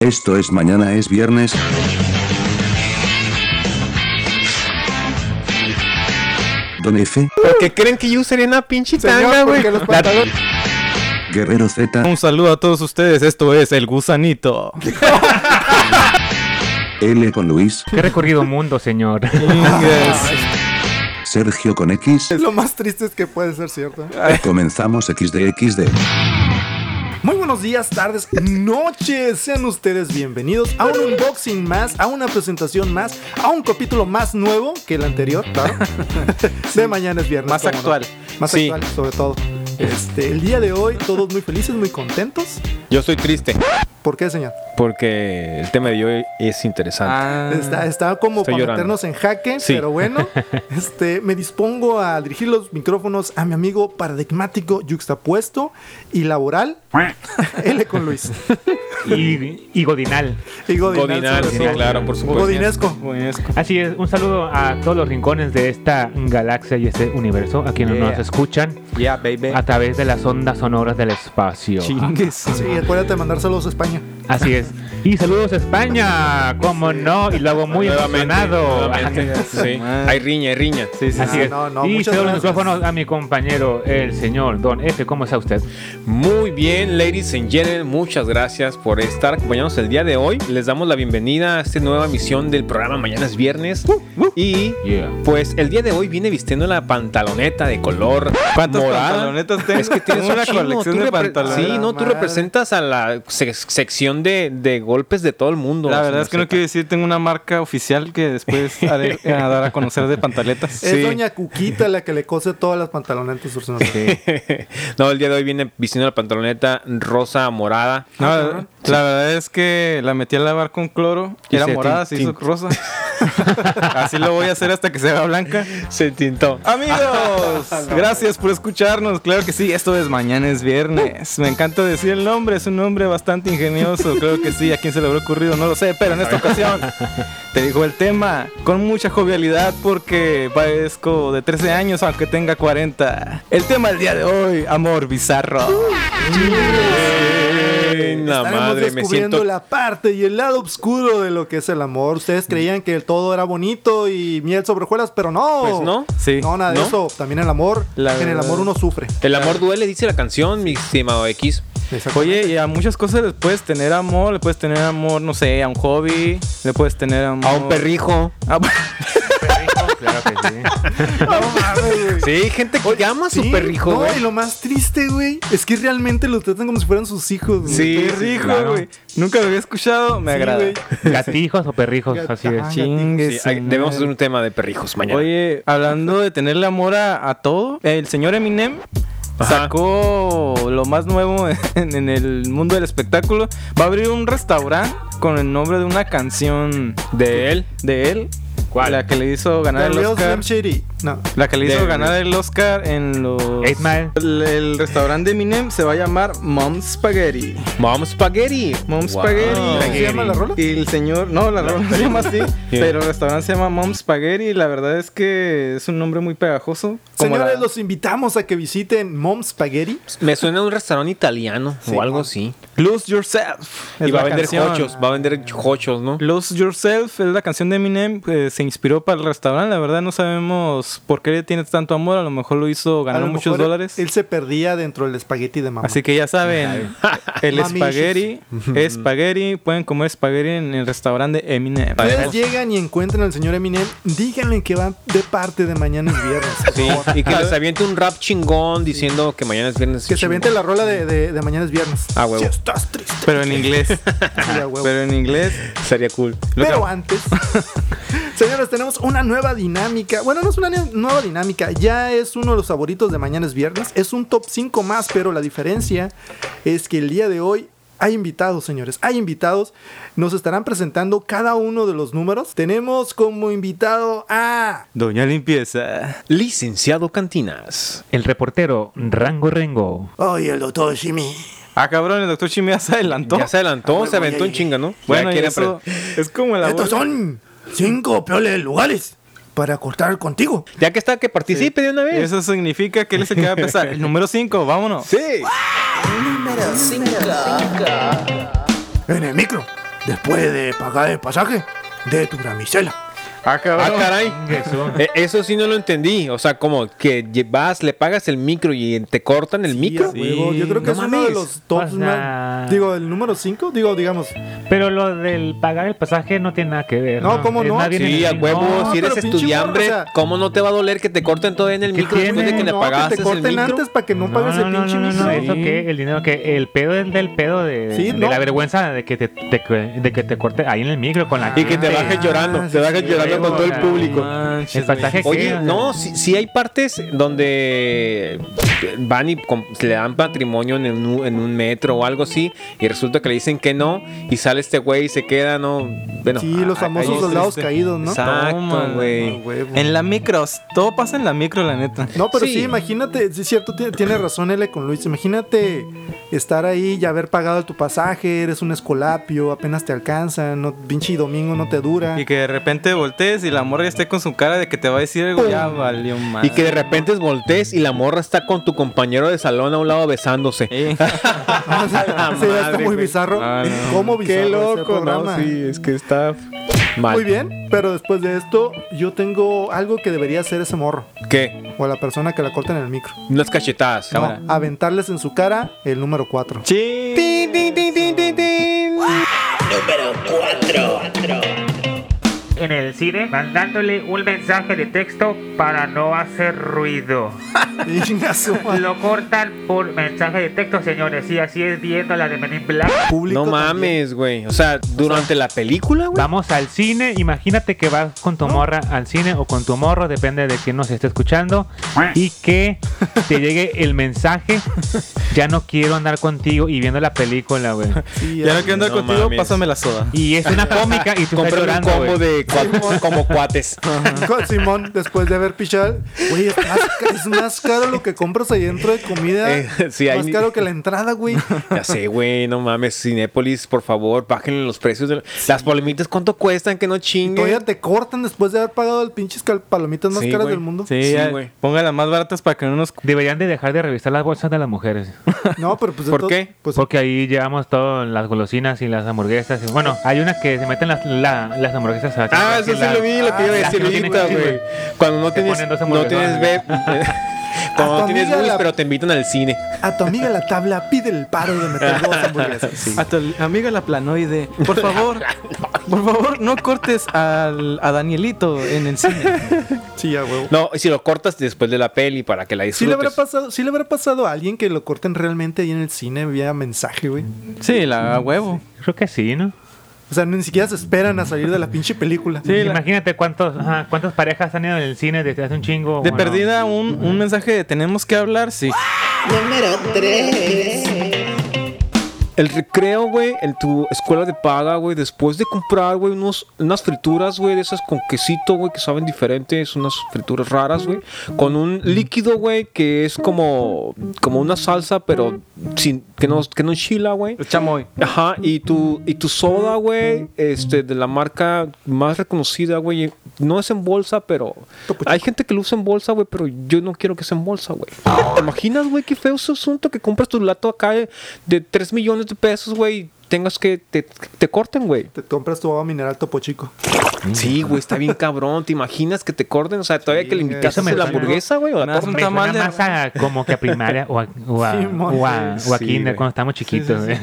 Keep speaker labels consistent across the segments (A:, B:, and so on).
A: Esto es mañana es viernes. Don F,
B: Porque creen que yo usaría una pinche
C: Señor,
B: tanga,
C: ¿por
B: güey.
C: qué los
B: La-
C: pantalones?
A: Guerrero Z,
B: Un saludo a todos ustedes, esto es El Gusanito.
A: L con Luis,
D: Qué recorrido mundo, señor.
B: Ingues.
A: Sergio con X.
C: Ah, Es lo más triste es que puede ser cierto.
A: Comenzamos XDXD.
C: Muy buenos días, tardes, noches. Sean ustedes bienvenidos a un unboxing más, a una presentación más, a un capítulo más nuevo que el anterior, claro. De mañana es viernes.
B: Más
C: cómo no.
B: actual.
C: Más
B: Sí.
C: actual, sobre todo. Este, el día de hoy, todos muy felices, muy contentos.
B: Yo estoy triste
C: ¿Por qué, señor?
B: porque el tema de hoy es interesante.
C: Está, está como
B: Estoy
C: para
B: llorando.
C: meternos en jaque,
B: Sí.
C: pero bueno, este, me dispongo a dirigir los micrófonos a mi amigo paradigmático, yuxtapuesto y laboral, L con Luis.
D: y, y Godinal.
C: Y Godinal,
B: Godinal,
C: sobre
B: sí,
C: todo.
B: claro, por supuesto.
C: Godinesco.
B: Godinesco.
D: Así es, un saludo a todos los rincones de esta galaxia y este universo, a quienes
B: Yeah.
D: nos escuchan
B: Yeah, baby.
D: a través de las ondas sonoras del espacio.
C: Eh. Sí, acuérdate de mandar saludos a España.
D: Así es. Y saludos a España, cómo no, y luego muy
B: Nuevamente,
D: emocionado.
B: nuevamente, sí. Hay riña, hay riña. Sí, sí,
D: Así
B: sí.
D: es.
C: No, no,
D: y
C: muchas
D: cedo los
C: gracias.
D: micrófonos a mi compañero, el señor Don F. ¿Cómo está usted?
B: Muy bien, ladies and gentlemen, muchas gracias por estar acompañándonos el día de hoy. Les damos la bienvenida a esta nueva emisión del programa Mañana es Viernes. Y
D: Yeah.
B: pues el día de hoy viene vistiendo la pantaloneta de color
E: ¿Cuántas
B: morada.
E: pantalonetas tengo?
B: Es que tienes
E: una
B: chingo,
E: colección
B: Este, tú
E: de
B: repre-
E: pantalones.
B: Sí, no, tú
C: Madre.
B: representas a la sec- sección de, de golpes de todo el mundo.
E: La verdad es que no quiero
B: quieres
E: decir, tengo una marca oficial que después haré a dar a conocer de pantaletas.
C: Es doña Cuquita la que le cose todas las pantalonetas. sus señoras.
B: No, el día de hoy viene vistiendo la pantaloneta rosa morada.
E: No, la verdad es que la metí a lavar con cloro,
B: Y
E: era
B: se
E: morada, se
B: tin-
E: hizo
B: tin-
E: rosa. Así lo voy a hacer hasta que se haga blanca.
B: Se tintó.
E: Amigos, gracias por escucharnos. Claro que sí, esto es mañana es viernes. Me encanta decir el nombre, es un nombre bastante ingenioso. Claro que sí, a quién se le habrá ocurrido, no lo sé, pero en esta ocasión te digo el tema con mucha jovialidad porque parezco de 13 años aunque tenga 40. El tema del día de hoy, amor bizarro.
B: En la
C: Estaremos
B: madre, me
C: descubriendo
B: siento
C: la parte y el lado oscuro de lo que es el amor. Ustedes
E: Mm.
C: creían que el todo era bonito y miel sobre hojuelas, pero no.
B: Pues no.
E: Sí.
C: No, nada de
B: ¿No?
C: eso. También el amor.
E: La
C: en el
E: verdad.
C: amor uno sufre.
B: El amor duele, dice la canción, mi estimado X.
E: Oye, y a muchas cosas les puedes tener amor, le puedes tener amor, no sé, a un hobby, le puedes tener amor
B: perrijo.
E: Ah,
D: Claro que sí.
B: Sí, hay gente que ama a su
C: Sí,
B: perrijo,
C: no,
B: güey.
C: y lo más triste, güey, es que realmente lo tratan como si fueran sus hijos. güey.
E: Sí,
C: Qué
E: rico,
D: claro.
E: güey. Nunca lo había escuchado, me
C: Sí,
E: agrada.
C: güey.
D: Gatijos o perrijos, así es.
F: Ah,
C: Gatán.
E: Chingue
B: Sí,
E: su
B: hay- debemos
E: madre.
B: hacer un tema de perrijos mañana.
E: Oye, hablando de tenerle amor a, a todo, el señor Eminem
B: Ajá.
E: sacó lo más nuevo en, en el mundo del espectáculo. Va a abrir un restaurante con el nombre de una canción
B: de él.
E: de él.
B: ¿Cuál?
E: La que le hizo
C: The
E: ganar el
C: Real Slim
E: Oscar.
C: Shady. No.
E: La que le hizo
B: De-
E: ganar el Oscar en los.
D: Eight Mile.
E: El, el restaurante de Eminem se va a llamar Mom Spaghetti.
B: Mom Spaghetti.
E: Mom
B: Wow.
C: ¿Cómo se
E: Spaghetti.
C: llama la rola?
E: Y el señor, no, la rola no se llama así, pero el restaurante se llama Mom Spaghetti y la verdad es que es un nombre muy pegajoso. Como
C: Señores,
E: la-
C: los invitamos a que visiten Mom Spaghetti.
B: Me suena a un restaurante italiano o algo así.
E: Lose Yourself.
B: y
E: es
B: va a
E: la
B: vender
E: canción.
B: jochos, va a vender jochos, ¿no?
E: Lose Yourself es la canción de Eminem que se inspiró para el restaurante. La verdad no sabemos por qué le tiene tanto amor. A lo mejor lo hizo,
C: A
E: ganó
C: lo
E: muchos
C: mejor
E: dólares.
C: Él se perdía dentro del espagueti de mamá.
E: Así que ya saben, el
C: Mami issues.
E: espagueti, espagueti, pueden comer espagueti en el restaurante de Eminem.
C: Ustedes llegan y encuentran al señor Eminem, díganle que van de parte de mañana es viernes. por
B: Sí,
C: favor.
B: y que les aviente un rap chingón diciendo que mañana es viernes.
C: Que se
B: chingón.
C: vente la rola de, de- de mañana es viernes.
B: Ah, huevo.
C: Si estás triste.
E: Pero en inglés.
C: sí, a huevo.
E: Pero en inglés.
B: Sería cool. Lo que-
C: Pero antes, señores, tenemos una nueva dinámica. Bueno, no es una ne- nueva dinámica, ya es uno de los favoritos de mañana es viernes. Es un top 5 más, pero la diferencia es que el día de hoy hay invitados, señores. Hay invitados. Nos estarán presentando cada uno de los números. Tenemos como invitado a.
E: Doña Limpieza.
B: Licenciado Cantinas.
D: El reportero Rango Rengo.
C: Oye, el doctor Jimmy.
E: Ah, cabrón, el doctor Chimea se adelantó.
B: Ya se adelantó, se aventó en chinga, ¿no?
E: Bueno,
B: Ya
E: y
B: quiere
E: eso
B: aprender.
E: es como la
C: Estos son cinco peores lugares para cortar contigo.
B: Ya que está, que participe de una vez.
E: Eso significa que él se queda a pensar. El número 5,
B: Ah,
E: vámonos.
B: Sí.
C: En el micro después de pagar el pasaje de tu gramisela.
E: Ah,
B: Ah,
E: cabrón.
B: caray.
F: Eso.
B: Eh, Eso sí no lo entendí. O sea, como que lle- vas, le pagas el micro y te cortan el micro.
C: Sí, a huevo. Yo creo que
B: No
C: es uno de
B: mames.
C: los tops
F: Pues
C: más-
F: nah.
C: Digo, el número 5, digo, digamos.
F: Pero lo del pagar el pasaje no tiene nada que ver.
C: No, ¿cómo
F: Es
C: no?
F: nadie en
B: Sí,
F: el-
B: a huevo,
F: No,
B: si eres
C: pero pinche
B: estudiambre,
C: morro, o sea-
B: ¿cómo no te va a doler que te corten todo en el
F: ¿Qué
B: micro después de
F: tiene?
B: que le
C: no,
B: pagaste
C: te
B: el
C: corten
B: micro?
C: antes para que no pagues el pinche
F: no, no,
C: micro.
F: no,
B: micro.
F: eso que el dinero que el pedo es del pedo de,
C: Sí,
F: de
C: no.
F: la vergüenza de que te, te- de que te corte ahí en el micro con la
B: Y que te
F: gente.
B: bajes llorando,
C: Ah,
B: te
C: sí,
B: bajes
C: sí,
B: llorando con todo el
F: o sea,
B: público.
E: Manches,
F: El pasaje
E: güey.
F: Sí,
B: Oye,
F: o sea.
B: no, sí, sí hay partes donde van y com- le dan patrimonio en un, en un metro o algo así y resulta que le dicen que no y sale este güey y se queda, ¿no? Bueno,
C: Sí, los
B: ah, ahí
C: famosos
B: es-
C: soldados
E: triste.
C: caídos, ¿no?
B: Exacto,
E: Toma,
B: güey.
C: A huevo.
E: este. En la micro, todo pasa en la micro, la neta.
C: No, pero sí.
B: Sí.
C: imagínate, sí es cierto, ti- tiene razón L con Luis. Imagínate estar ahí y haber pagado tu pasaje, eres un escolapio, apenas te alcanza, no, pinche domingo no te dura.
E: Y que de repente voltees y la morra ya esté con su cara de que te va a decir algo. Ya valió mal.
B: ah, Y que de repente voltees y la morra está con tu compañero de salón a un lado besándose.
C: Ah, sí, sí,
B: madre,
C: está muy
B: güey.
C: bizarro.
B: Ah,
E: No, no.
C: ¿Cómo bizarro? ese programa?
B: es que está mal.
C: Muy bien, pero después de esto, yo tengo algo que debería hacer ese morro
B: ¿Qué?
C: o a la persona que la corta en el micro.
B: Unas cachetadas.
C: No,
E: Cámara.
C: aventarles en su cara el número 4.
E: Sí.
F: en el cine mandándole un mensaje de texto para no hacer ruido. Lo cortan por mensaje de texto, señores. Y así es viendo la de Men in Black.
B: No mames, güey. O sea, durante la película, güey.
F: Vamos al cine. Imagínate que vas con tu morra al cine o con tu morro, depende de quién nos esté escuchando. Y que te llegue el mensaje: Ya no quiero andar contigo y viendo la película, güey.
E: Ya no quiero andar
B: No
E: contigo,
B: mames.
E: pásame la soda.
F: Y es una cómica y tú estás
B: Compré un
F: llorando.
B: combo
F: güey.
B: de cua- como cuates.
C: Con Simón, después de haber pichado, güey, es más, ca- es más caro lo que compras ahí dentro de comida.
B: Eh, sí,
C: más
B: hay-
C: caro que la entrada, güey.
B: Ya sé, güey, no mames. Cinépolis, por favor, bájenle los precios. De... Las palomitas, ¿cuánto cuestan? Que no
C: Todavía
B: chinguen.
C: te cortan después de haber pagado el pinches cal- palomitas más
B: Sí,
C: caras
B: güey.
C: del mundo.
E: Sí,
B: Sí,
E: ya,
B: güey.
E: póngalas más baratas para que no nos.
F: Deberían de dejar de revisar las bolsas de las mujeres.
C: No, pero pues
B: ¿Por
C: entonces-
B: qué?
C: Pues
F: Porque ahí llevamos todo, las golosinas y las hamburguesas. y Bueno, hay unas que se meten las, la- las hamburguesas a
B: Ah, eso sí lo vi, lo que iba a
F: las que
B: decir
F: no tienen
B: ahorita, güey.
F: chile,
B: Cuando no
F: Te
B: tienes,
F: ponen dos
B: no tienes
F: hamburguesas.
B: bebé. Cuando
C: A tu
B: no tienes
C: amiga
B: bus,
C: la-
B: pero te invitan al cine.
C: a tu amiga la tabla pide el paro de meter dos hamburguesas. Ah,
E: A tu amiga la planoide. Por favor, por favor, no cortes al- a Danielito en el cine.
C: Sí, a huevo.
B: No, y si lo cortas después de la peli para que la
C: Sí le, habrá
B: disfrutes.
C: pasado, sí le habrá pasado a alguien que lo corten realmente ahí en el cine vía mensaje, güey.
E: Sí, la a huevo.
F: Creo que sí, ¿no?
C: O sea, ni siquiera se esperan a salir de la pinche película.
E: Sí, la-
F: Imagínate cuántos, ajá, cuántas parejas han ido en el cine desde hace un chingo.
E: De
F: bueno,
E: perdida, un, un mensaje de tenemos que hablar, sí.
G: Número 3.
B: El recreo, güey, en tu escuela de paga, güey, después de comprar, güey, unos- unas frituras, güey, de esas con quesito, güey, que saben diferentes, unas frituras raras, güey, con un líquido, güey, que es como, como una salsa, pero sin, que no, que no enchila, güey.
E: Chamoy.
B: Ajá, y tu, y tu soda, güey, este, de la marca más reconocida, güey, no es en bolsa, pero hay gente que lo usa en bolsa, güey, pero yo no quiero que sea en bolsa, güey. ¿Te imaginas, güey, qué feo ese asunto que compras tu lato acá de- de 3 millones de pesos, güey, y tengas que, te, te corten, güey?
C: Te compras tu agua mineral topo chico.
B: Sí, güey, está bien cabrón, ¿te imaginas que te corten? O sea, todavía que le
C: güey.
B: invitaste
F: Eso me
B: la
F: suena-
B: hamburguesa, güey, o la
E: me hace
B: torta.
E: un
F: Me suena
E: tamal de-
F: más a, como que a primaria o a, o a,
C: Sí, mon.
F: o a- o a
B: Sí,
F: kinder
B: güey.
F: cuando estábamos chiquitos. güey.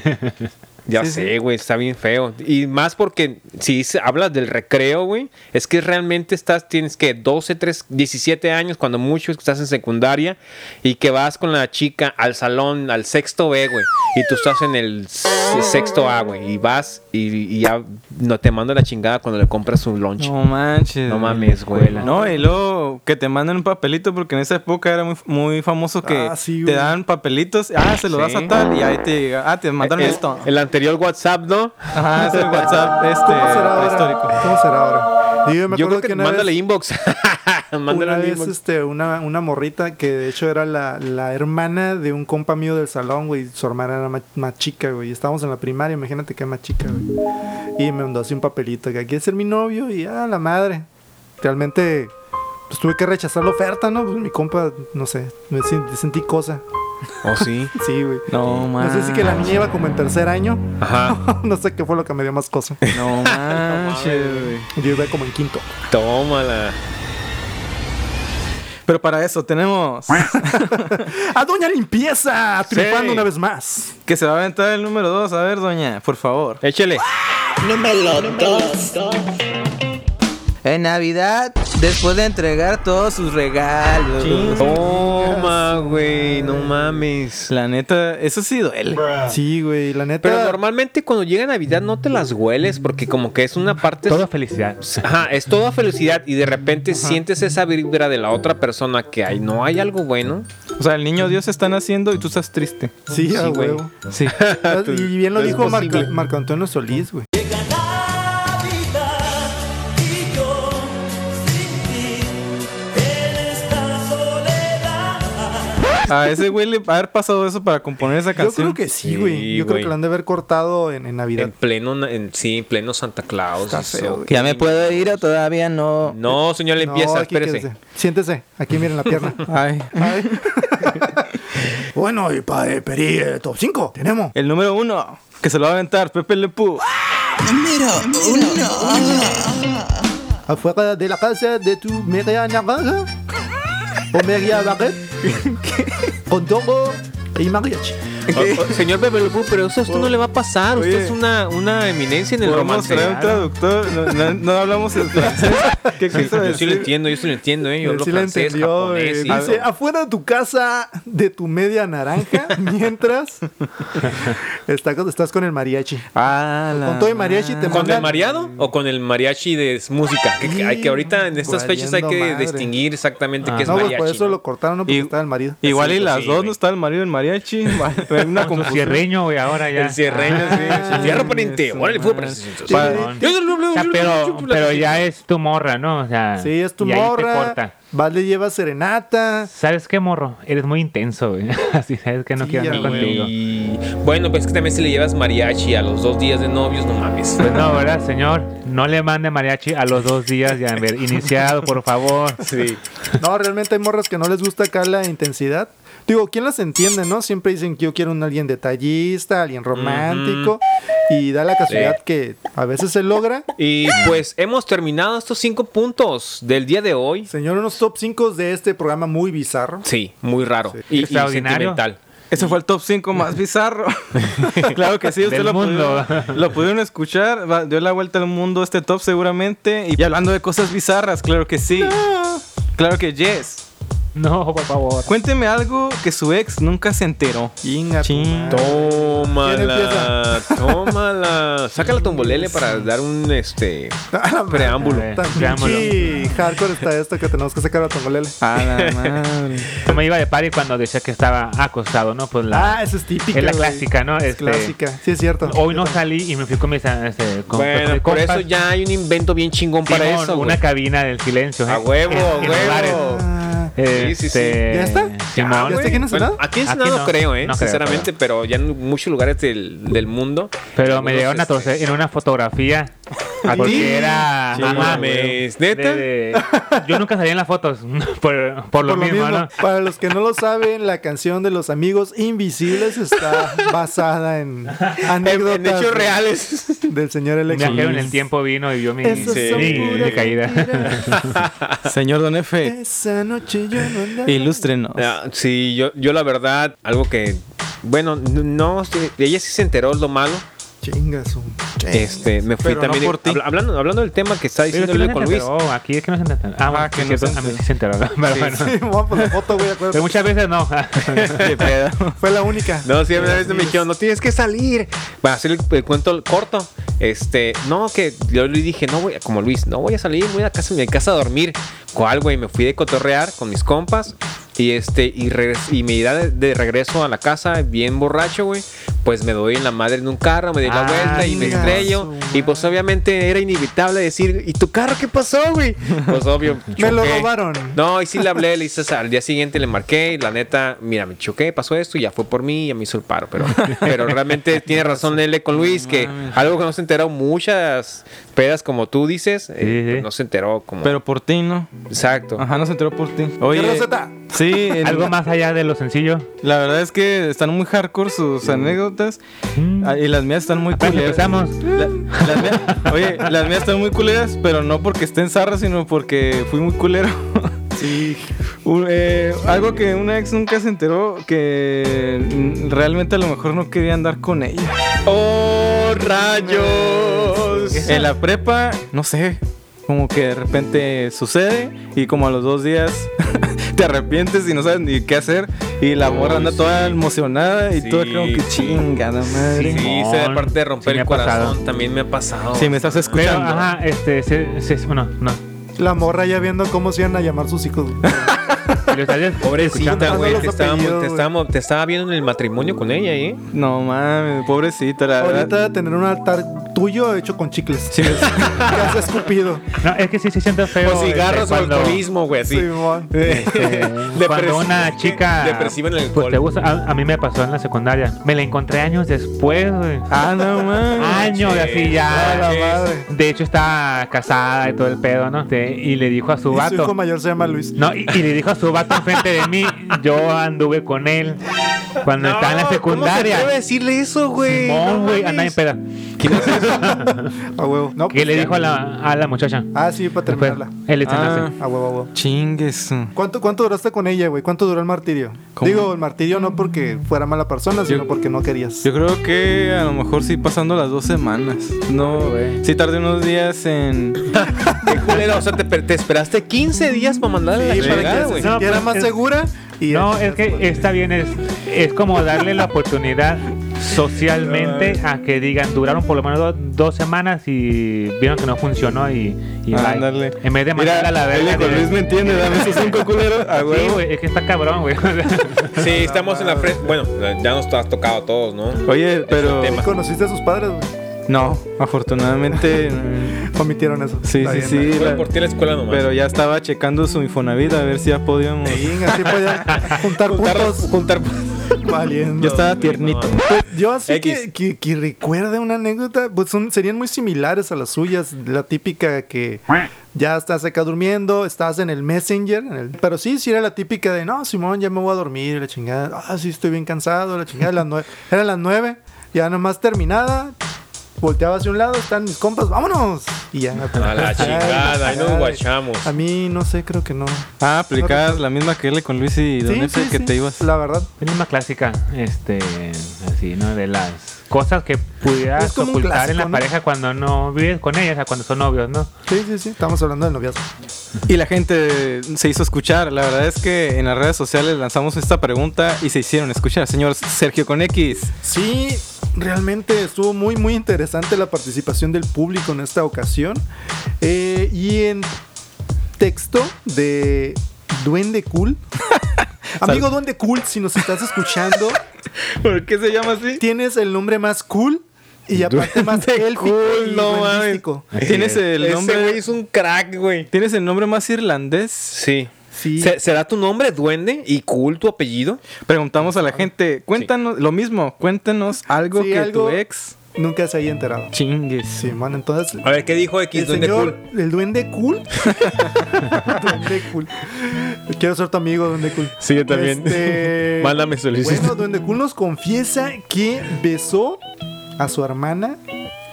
B: Ya
E: Sí, sí.
B: sé, güey, está bien feo. Y más porque si se- hablas del recreo, güey, es que realmente estás, tienes que 12, 3, 17 años, cuando mucho estás en secundaria y que vas con la chica al salón, al sexto B, güey, y tú estás en el s- sexto A, güey, y vas y, y ya no te manda la chingada cuando le compras un lunch.
E: No manches.
B: No mames, güey.
E: No, y luego que te mandan un papelito, porque en esa época era muy, muy famoso que
C: Ah, sí,
E: te
C: güey.
E: dan papelitos. Ah, se lo das
B: Sí.
E: a tal y ahí te llega. Ah, te mandaron
B: El,
E: esto.
B: el anterior WhatsApp, ¿no?
E: Ajá, es el WhatsApp este
C: ¿Cómo será
E: prehistórico.
C: ahora? ¿Cómo será ahora? Y yo me
B: Yo
C: acuerdo
B: creo
C: que,
B: que,
C: una
B: mándale
C: vez,
B: inbox. mándale
C: una,
B: un
C: vez,
B: inbox.
C: este, una, una morrita que de hecho era la, la hermana de un compa mío del salón, güey. Su hermana era más, más chica, güey. Estábamos en la primaria, imagínate que más chica, güey. Y me mandó así un papelito que aquí es ser mi novio y ah, la madre. Realmente, pues tuve que rechazar la oferta, ¿no? Pues mi compa, no sé, me sen- sentí cosa.
B: ¿O sí?
C: Sí, güey.
E: No,
C: No
E: mames.
C: sé si que la niña iba como en tercer año.
B: Ajá.
C: no sé qué fue lo que me dio más cosa.
E: No manches, güey.
C: Yo iba como en quinto.
B: Tómala.
E: Pero para eso tenemos
C: ¡A Doña Limpieza! Triunfando una vez más.
E: que se va a aventar el número 2. A ver, doña, por favor.
B: Échele.
G: Número dos.
E: En Navidad, después de entregar todos sus regalos.
B: Toma, güey. No mames.
E: La neta, eso sí duele.
C: Sí, güey, la neta.
B: Pero normalmente cuando llega Navidad no te las hueles porque como que es una parte...
F: Toda felicidad.
B: Ajá, es toda felicidad y de repente sientes esa vibra de la otra persona que hay, no hay algo bueno.
E: O sea, el niño Dios están haciendo y tú estás triste.
C: Sí, a
B: Sí, güey.
C: huevo.
E: Sí.
C: Y bien lo
B: Es
C: dijo Marco,
B: posible.
C: Marco Antonio Solís, güey.
E: A ese güey le va a haber pasado eso para componer esa
C: Yo
E: canción.
C: creo que sí,
B: Sí,
C: güey. Yo creo
B: güey.
C: que la han de haber cortado en, en Navidad.
B: En pleno, na- en, sí, en pleno Santa Claus. eso.
E: ¿Ya me puedo ir o todavía no?
B: No, señor,
C: No,
B: limpieza,
C: aquí
B: espérese.
C: quédese. Siéntese. Aquí miren la pierna.
E: Ay.
C: Ay. bueno, y para Peri, eh, top 5 tenemos.
E: El número uno, que se lo va a aventar, Pepe Le Pew.
C: Afuera de la casa de tu media naranja o media baguette con todo y mariachi.
B: O- o- señor Pepe Le Pew, pero eso a usted no le va a pasar. Usted
E: Oye.
B: es una, una eminencia en el
E: Podemos
B: romance.
E: traer un traductor. No, no- no hablamos el francés. ¿Qué
B: Sí,
E: quiso
B: yo sí lo
E: decir?
B: entiendo, yo sí lo entiendo, ¿eh? Yo
C: Él
B: hablo
C: sí la
B: francés,
C: entendió, güey.
B: japonés. y-
C: Dice, "Ah, afuera de tu casa de tu media naranja, mientras está- estás con el mariachi.
E: Ah, la
C: Con todo y mariachi te
B: ¿Con
C: mandan-
B: el mariado o con el mariachi de s- música? Que, que hay que ahorita en estas fechas hay que
C: Valiendo madre.
B: distinguir exactamente
E: Ah.
B: qué es
C: No, güey,
B: mariachi.
C: por eso
B: ¿no?
C: lo cortaron, no porque
E: Y-
C: estaba el marido.
E: Igual y
B: Sí,
E: las
B: sí,
E: dos
B: güey.
E: no está el marido del mariachi. Una
F: Con su
E: confusión.
F: cierreño, güey, ahora ya.
B: El cierreño, sí.
E: Ah,
B: El fierro pariente.
E: eso,
B: Órale, fue
E: madre.
B: para-
F: Perdón. O sea, Ah, pero, pero ya es tu morra, ¿no? O sea,
C: Sí, es tu
F: y ahí te corta.
C: morra. Vas, le llevas serenata.
F: ¿Sabes qué, morro? Eres muy intenso, güey. Así sabes que no
C: Sí,
F: quiero
C: ya,
F: andar
C: güey.
F: contigo.
B: Y bueno, pues es que también si le llevas mariachi a los dos días de novios, no mames.
F: Pues no, ¿verdad, señor? No le mande mariachi a los dos días de haber iniciado, por favor.
B: Sí.
C: No, realmente hay morras que no les gusta acá la intensidad. Digo, ¿quién las entiende, no? Siempre dicen que yo quiero un alguien detallista, alguien romántico. Y da la casualidad
B: Sí.
C: que a veces se logra.
B: Y pues hemos terminado estos cinco puntos del día de hoy.
C: Señor, unos top 5 de este programa muy bizarro.
B: Sí, muy raro. Y, y
F: Extraordinario. Ah.
B: sentimental.
E: Eso fue el top 5 más bizarro. claro que sí, usted
F: Del
E: lo,
F: mundo.
E: Pudieron, lo pudieron escuchar. va- dio la vuelta al mundo este top seguramente. Y, y hablando de cosas bizarras, claro que sí. Claro que yes.
F: No, por favor.
E: Cuénteme algo que su ex nunca se enteró.
C: Chinga tu
E: Chin.
C: madre.
B: Tómala, tómala. Saca la tombolele para dar un este preámbulo.
F: Eh,
C: Tan
F: veámoslo.
C: pinche hardcore está esto que tenemos que sacar a Tongolele.
E: A la madre.
F: Yo me iba de party cuando decía que estaba acostado, ¿no? Pues la...
C: Ah, esa es típica.
F: Es la
C: güey.
F: clásica, ¿no?
C: Es
F: Este-
C: clásica. Sí, es cierto.
F: Hoy no salí y me fui con mis... Este, con,
B: Bueno,
F: con-
B: por
F: compas.
B: eso ya hay un invento bien chingón para
F: Simón,
B: eso.
F: Una
B: güey.
F: cabina del silencio.
B: A
F: ¿eh?
B: huevo,
F: En-
B: a
F: en
B: huevo.
F: lugares.
C: Ah,
B: Sí, sí, sí.
F: Este,
C: ¿Ya está?
F: Simón.
C: ¿Ya está aquí en Ensenada?
B: Bueno, aquí en
F: Aquí
B: Ensenada no,
F: no.
B: creo, ¿eh?
F: No creo,
B: sinceramente, pero ya en muchos lugares del, del mundo.
F: Pero me
B: algunos,
F: llegaron a
B: este,
F: torcer en una fotografía. porque
C: ti?
F: era.
B: Sí,
F: ajá,
B: mames,
F: güey.
B: ¿neta?
F: De- de- yo nunca salía en las fotos. Por, por lo
C: Por
F: mismo, ¿no?
C: Para los que no lo saben, la canción de los amigos invisibles está basada en
B: En,
C: anécdotas
B: en hechos reales.
C: del señor
F: Un viajero en
C: Electro.
F: el tiempo vino y vio mi,
C: Esas son
F: mi-
C: puras
F: mi caída.
C: mentiras.
E: Señor Don Efe,
C: Esa noche yo no andaba.
E: ilústrenos.
B: Ah, sí, yo, yo la verdad, algo que. Bueno, n- no, sí, ella sí se enteró lo malo.
C: Chingas.
B: Este, me fui
E: Pero no
B: también.
E: por ti.
B: habla- hablando, hablando del tema que está
F: Pero
B: diciendo
F: que no se
B: con Luis.
F: enteró, oh, aquí es que no se enteró. Ah, bueno,
E: que
F: sí,
E: no
F: cierto,
E: se
F: a mí sí
E: enteró.
F: se enteró. Pero bueno.
C: Vamos por la foto, güey, acuérdate.
F: Pero muchas veces no.
E: Qué pedo.
C: Fue la única.
B: No, sí, una vez me dijeron, no tienes que salir. Para hacer el, el cuento corto. Este, no, que yo le dije, no voy, a- como Luis, no voy a salir, voy a casa, mi casa a dormir. ¿Cuál, güey? Me fui de cotorrear con mis compas. Y este, y, regres- y me iba de, de regreso a la casa, bien borracho, güey. Pues me doy en la madre en un carro, me doy la
F: Ah,
B: vuelta y me
C: chinga
B: estrello.
C: su
B: Y pues obviamente era inevitable decir, ¿y tu carro qué pasó, güey? Pues obvio.
C: Me lo
B: choqué.
C: robaron.
B: No, y sí le hablé, le hice, al día siguiente le marqué y la neta, mira, me choqué, pasó esto y ya fue por mí y ya me hizo el paro. Pero, pero realmente tiene razón L con Luis, que algo que no se enteró muchas pedas como tú dices, eh,
F: Sí, sí.
B: pues no se enteró como...
E: Pero por ti, ¿no?
B: Exacto.
E: Ajá, no se enteró por ti.
C: ¿Qué
E: Oye,
C: receta?
E: Sí, en-
F: Algo más allá de lo sencillo.
E: La verdad es que están muy hardcore sus anécdotas
F: Mm.
E: ah, y las mías están muy
F: Apenas
E: culeras.
F: empezamos.
B: pues,
E: La- las mía- oye, las mías están muy culeras, pero no porque estén zarras, sino porque fui muy culero.
C: Sí.
E: Un- eh, algo que una ex nunca se enteró que mm, realmente a lo mejor no quería andar con ella.
B: ¡Oh, rayos!
E: En la prepa, no sé, como que de repente sucede y como a los dos días te arrepientes y no sabes ni qué hacer y la morra anda toda emocionada y
B: Oh, Sí.
E: toda como que chingada madre.
B: Sí, sí,
F: Simón.
B: se aparte de romper
F: Sí
B: el
F: me ha pasado.
B: corazón, también me ha pasado.
E: Si me estás
F: Pero,
E: escuchando.
F: ajá, este, se, se- bueno, no.
C: La morra ya viendo cómo se iban a llamar sus hijos.
F: Lo estás escuchando.
B: Pobrecita,
C: Escuchando
B: güey,
C: los
B: te, estaba,
C: apellidos,
B: te,
C: güey.
B: estaba- te estaba viendo en el matrimonio con ella, ¿eh?
E: No mames, pobrecita, la
C: Ahorita
E: verdad.
C: va a tener un altar tuyo hecho con chicles.
E: Ah, Sí, me-
C: que has escupido.
F: No, es que sí se siente feo.
B: O
F: este,
B: Pues cigarros o
F: cuando-
B: alcoholismo, güey, así.
C: Simón.
B: Depresión.
F: Cuando una chica
B: Depresiva en el
F: pues, te
B: alcohol.
F: gusta, a, a mí me pasó en la secundaria. Me la encontré años después, güey.
E: Ah, no mames.
F: años
B: sí.
F: así ya.
B: A la
C: madre.
F: De hecho está casada y todo el pedo, ¿no? Este, y le dijo a su
C: Y su hijo
F: vato.
C: mayor se llama Luis.
F: No, y, y le dijo a su vato enfrente de mí, yo anduve con él cuando estaba en la secundaria.
B: ¿Cómo se a decirle eso, güey?
F: Simón, güey, anda en peda.
C: A huevo. No, pues
F: ¿Qué le dijo a la, a la muchacha?
C: Ah, sí, para
F: Después,
C: terminarla.
F: el desenlace.
E: Ah.
C: A huevo, a huevo.
E: Chingues.
C: ¿Cuánto, ¿Cuánto duraste con ella, güey? ¿Cuánto duró el martirio?
E: ¿Cómo?
C: Digo, el martirio no porque fuera mala persona, sino porque no querías.
E: Yo creo que a lo mejor sí pasando las dos semanas. No, sí tardé unos días en.
B: Qué culero, o sea, te, te esperaste 15 días para mandarle
C: Sí,
B: la
C: para
B: chingada,
C: que
B: güey.
C: se
F: No,
C: sintiera
F: pues,
C: más
F: es-
C: segura. Y
F: No, es que está bien, es, es como darle la oportunidad socialmente a que digan, duraron por lo menos do- dos semanas y vieron que no funcionó y, y bye.
E: Ándale.
F: En vez de
E: Mira,
F: mandarla a la
E: dile
F: verga.
E: con
F: de-
E: Luis me entiende, dame esos cinco culeros. A
F: Sí,
E: huevo.
F: güey, es que está cabrón, güey.
B: Sí, estamos en la frente. Bueno, ya nos has tocado a todos, ¿no?
E: Oye, pero.
B: tema.
C: ¿Conociste a sus padres, güey?
E: No, afortunadamente. mm,
C: Omitieron eso.
E: Sí,
C: Está
E: sí,
C: bien,
E: sí.
C: ¿no?
B: Fue
E: la-
B: por ti a la escuela nomás.
E: Pero ya estaba checando su Infonavit a ver si ya podíamos.
C: Sí, así podía juntar
B: juntar,
C: puntos.
B: juntar
C: Valiendo.
E: Yo estaba tiernito.
C: Yo así
B: X.
C: que, que, que recuerde una anécdota, pues son, serían muy similares a las suyas. La típica que ya estás acá durmiendo, estás en el Messenger. en el- pero sí, sí era la típica de, no, Simón, ya me voy a dormir, la chingada. Ah, sí, estoy bien cansado, la chingada. Las nueve, eran las nueve, ya nomás terminada. Volteaba hacia un lado, están mis compas, vámonos. Y ya.
B: A la chingada, ahí nos guachamos.
C: A mí, no sé, creo que no.
E: Ah, aplicabas la misma que él con Luis y Don Efe que te ibas.
C: La verdad.
F: Es la misma clásica, este, así, ¿no? De las cosas que
C: Es
F: pudieras
C: como un
F: ocultar en
C: clásico,
F: la
C: ¿no?
F: pareja cuando no vives con ella, o sea, cuando son novios, ¿no?
C: Sí, sí, sí. Estamos hablando del noviazgo.
E: Y la gente se hizo escuchar. La verdad es que en las redes sociales lanzamos esta pregunta y se hicieron escuchar. Señor Sergio con X.
C: Sí, realmente estuvo muy, muy interesante la participación del público en esta ocasión. Eh, y en texto de Duende Cool. Amigo Duende Cool, si nos estás escuchando,
E: ¿Por qué se llama así?
C: tienes el nombre más cool y aparte más élfico y
E: no mames.
C: duendístico.
E: Tienes el
B: Ese güey
E: nombre.
B: es un crack, güey.
E: ¿Tienes el nombre más irlandés?
B: Sí.
C: Sí.
B: ¿Se- ¿Será tu nombre duende y cool tu apellido?
E: Preguntamos a la gente, cuéntanos, lo mismo, cuéntanos algo
C: Sí,
E: que
C: algo-
E: tu ex
C: Nunca se haya enterado.
E: chingues.
C: Sí, man, entonces
B: A ver, ¿qué dijo X
C: El
B: duende
C: señor,
B: cool?
C: el duende cool. duende cool. Quiero ser tu amigo, duende cool.
B: Sí, yo también.
C: Este,
B: Mándame solicitud.
C: Bueno, duende cool nos confiesa que besó a su hermana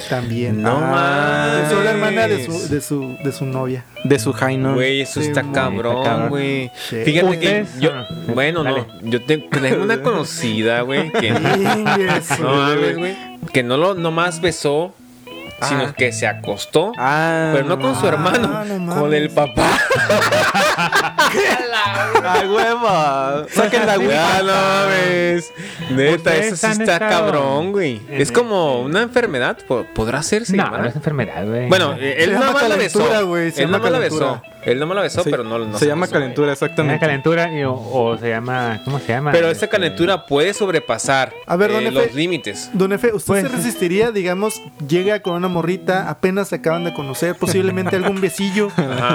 C: también.
B: No
E: Ah,
C: Besó a la hermana de
B: mames.
C: su, de su, de su novia.
E: De su Jaino.
B: Güey, eso
C: Sí,
B: está
C: güey,
E: está
B: cabrón,
E: cabrón.
B: güey.
C: Sí.
B: Fíjate que
F: ¿Ustedes?
B: yo,
F: Ah,
B: bueno,
F: dale.
B: no, yo te- tengo una conocida, güey, que
C: Ingues.
B: no mames, güey, que no lo nomás besó, sino
E: Ah.
B: que se acostó,
E: Ah,
B: pero no con su hermano,
C: Ah, no
B: con el
C: mames.
B: papá.
E: ¡A huevo! Saquen la
B: Ah, no mames. Neta,
F: Ustedes
B: eso sí
F: han
B: está
F: estado
B: cabrón, güey.
F: en
B: Es como una enfermedad, po- podrá hacerse.
F: no, no es enfermedad, güey.
B: Bueno, eh,
C: Se
B: él
C: llama
B: no la besó.
C: calentura, güey, se
B: Él
C: llama
B: no la besó.
C: calentura.
B: Él no la besó, pero no, no
E: se, llama
B: besó, güey.
E: calentura,
F: Una
E: exactamente.
F: calentura y- o, o se llama, ¿cómo se llama?
B: Pero
F: Este,
B: esta calentura puede sobrepasar
C: A ver, don
B: eh,
C: Efe.
B: los límites.
C: Don Efe, ¿usted
F: Pues-
C: se resistiría, digamos, llega con una morrita, apenas se acaban de conocer, posiblemente algún besillo,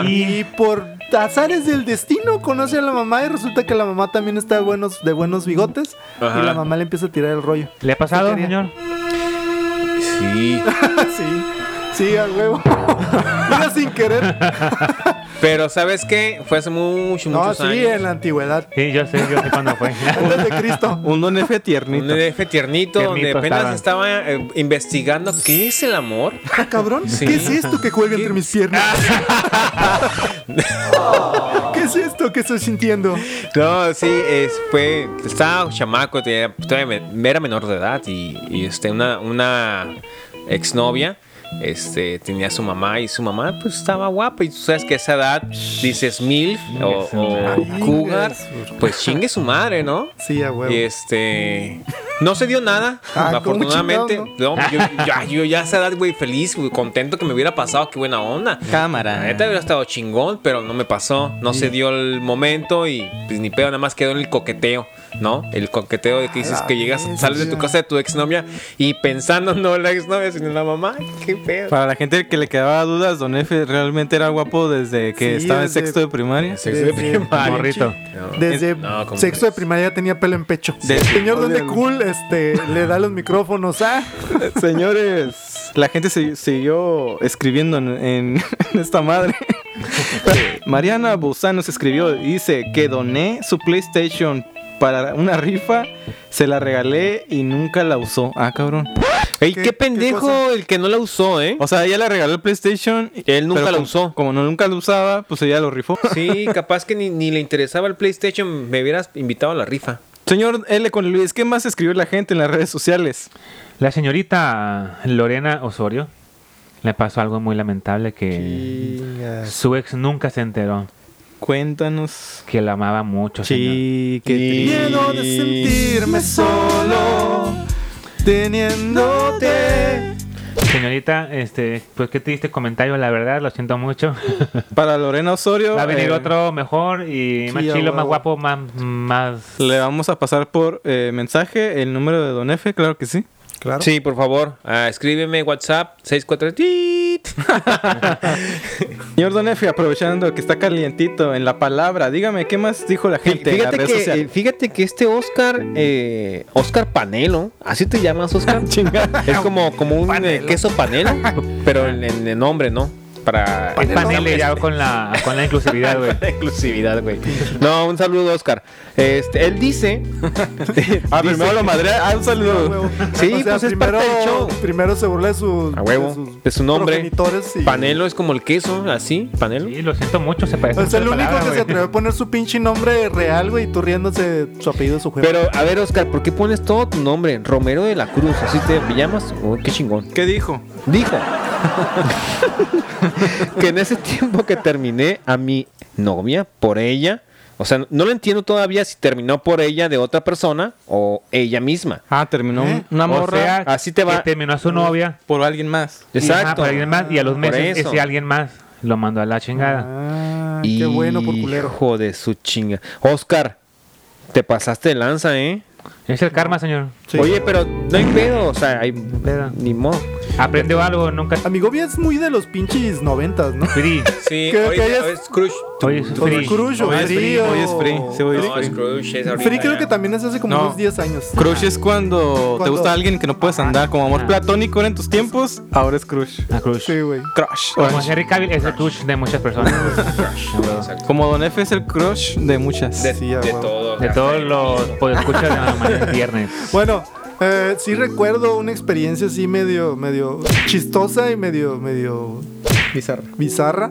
C: y por azares del destino conoce a la mamá y resulta que la mamá también está de buenos, de buenos bigotes
B: Ajá.
C: y la mamá le empieza a tirar el rollo.
F: ¿Le ha pasado,
C: ¿Qué quería?
F: señor?
B: Sí.
C: sí, sí, a huevo. Mira sin querer.
B: Pero ¿sabes qué? Fue hace mucho,
C: No,
B: muchos
C: sí,
B: años.
C: en la antigüedad.
F: Sí, yo sé, yo sé cuándo fue.
C: Antes de Cristo.
E: Un don F
B: Un
E: tiernito.
B: DF tiernito, donde
F: Tiernito
B: apenas estaba, eh, investigando qué es el amor.
C: Ah, cabrón.
B: Sí. Ah,
C: ¿Qué es esto que cuelga entre mis piernas? ¿Qué es esto que estoy sintiendo?
B: No, sí, es- fue, estaba chamaco, tenía- todavía me- era menor de edad y, y, este, una, una exnovia este, tenía a su mamá y su mamá pues estaba guapa y tú sabes que a esa edad dices MILF o, o cougar, pues chingue su madre, ¿no?
C: Sí, a huevo.
B: Y este. No se dio nada,
C: Ah, ¿cómo
B: afortunadamente.
C: chingados,
B: No, yo, ya, yo ya a esa edad, güey, feliz, güey, contento que me hubiera pasado, qué buena onda. La
E: Cámara.
B: neta hubiera estado chingón, pero no me pasó. No se dio el momento y pues ni pedo, nada más quedó en el coqueteo, ¿no? El coqueteo de que dices
C: Ah, la
B: que llegas,
C: bestia.
B: sales de tu casa de tu exnovia y pensando no en la exnovia, sino en la mamá, qué pedo.
E: Para la gente que le quedaba dudas, don F realmente era guapo desde que
C: Sí,
E: estaba en
C: desde-
E: sexto de primaria.
B: Sexo de
C: Desde-
B: primaria.
F: Morrito.
B: No,
C: Desde
B: no, como-
C: sexto de primaria tenía pelo en pecho.
E: De-
C: el señor Donde Cool este, le da los micrófonos Ah, a.
E: Señores, la gente se- siguió escribiendo en, en- en esta madre. Mariana Bozán nos escribió, dice que doné su PlayStation para una rifa, se la regalé y nunca la usó. Ah, cabrón.
B: Ey,
C: ¿Qué-
B: qué,
C: qué
B: pendejo
C: cosa?
B: el que no la usó, ¿eh?
E: O sea, ella le regaló el PlayStation. y-
B: Él nunca
E: pero
B: la
E: como-
B: usó.
E: Como no nunca la usaba, pues ella lo rifó.
B: Sí, capaz que ni, ni le interesaba el PlayStation, me hubieras invitado a la rifa.
E: Señor L con Luis, ¿qué más escribió la gente en las redes sociales?
F: La señorita Lorena Osorio le pasó algo muy lamentable que su ex nunca se enteró
E: Cuéntanos.
F: que la amaba mucho. señor.
E: Sí, qué triste.
C: Miedo de sentirme solo. Teniéndote.
F: Señorita, este, pues qué triste comentario, la verdad, lo siento mucho.
E: Para Lorena Osorio.
F: Va a venir
E: eh,
F: otro mejor y más
C: sí, a
F: chilo, más
C: huevo.
F: guapo, más, más
E: Le vamos a pasar por eh, mensaje el número de Don F, claro que sí.
C: Claro.
B: Sí, por favor, ah, escríbeme WhatsApp 643.
E: Señor Don F, aprovechando que está calientito en la palabra, dígame qué más dijo la gente en la
B: Fíjate
E: red
B: que,
E: social?
B: eh, fíjate que este Oscar, eh, Oscar Panelo, así te llamas Oscar. es como, como un eh, queso panelo, pero en, en- en nombre, ¿no? Para
F: es panel ya con la, con la inclusividad, güey.
B: La exclusividad, güey. No, un saludo, Oscar. Este, él dice.
E: Ah, primero lo madre, ah, un saludo.
B: Sí, pues es parte
C: primero,
B: del show.
C: primero se burla de su,
B: A huevo, de su nombre.
C: progenitores y-
B: Panelo es como el queso, así, panelo.
F: Sí, lo siento mucho, se parece.
C: Es
F: mucho a
C: el
F: la
C: único
F: palabra,
C: que se
F: güey.
C: atreve a poner su pinche nombre real, güey, y tú riéndose de su apellido, de su juego.
B: Pero, a ver, Oscar, ¿por qué pones todo tu nombre? Romero de la Cruz, así te llamas. Oh, qué chingón.
E: ¿Qué dijo?
B: Dijo que en ese tiempo que terminé a mi novia por ella, o sea, no lo entiendo todavía si terminó por ella de otra persona o ella misma.
E: Ah, terminó
C: ¿Eh?
E: una
F: O
E: morra
F: sea,
B: así te va.
F: que terminó a su novia.
E: por alguien más.
F: y, ajá,
B: Exacto.
F: por alguien más, y a los
B: Por
F: meses
B: eso.
F: ese alguien más lo mandó a la chingada.
C: Ah, qué bueno por culero.
B: Hijo de su chinga. Oscar, te pasaste de lanza, ¿eh?
F: Es el karma, señor.
C: Sí.
B: Oye, pero no hay pedo, o sea, hay
F: pedo.
B: ni modo.
F: Aprendió algo, nunca.
C: Amigo, bien es muy de los pinches noventas, ¿no?
F: Free.
B: Sí,
C: Que- hoy- que hayas- hoy
B: es Scrooge.
F: Hoy es
C: O de
F: free.
C: Cruz, o
E: Hoy Ah, es free,
C: Free, o-
E: hoy es free. Sí, hoy es free.
B: Scrooge es
C: Free creo que también es hace como
E: No.
C: unos 10 años.
E: Crush es cuando, te
C: Cuando-
E: gusta alguien que no puedes andar, como amor
F: Ah.
E: platónico era en tus tiempos, ahora es crush.
F: A Cruz.
C: Sí, güey.
E: Crush.
F: Ah, Como Henry Cavill es el crush de muchas personas.
E: Como Don F es el crush de muchas.
C: Sí, a huevo.
F: De todos los podescuchas de la mañana viernes.
C: Bueno, eh, sí recuerdo una experiencia así medio, medio chistosa y medio, medio
E: Bizarro.
C: bizarra.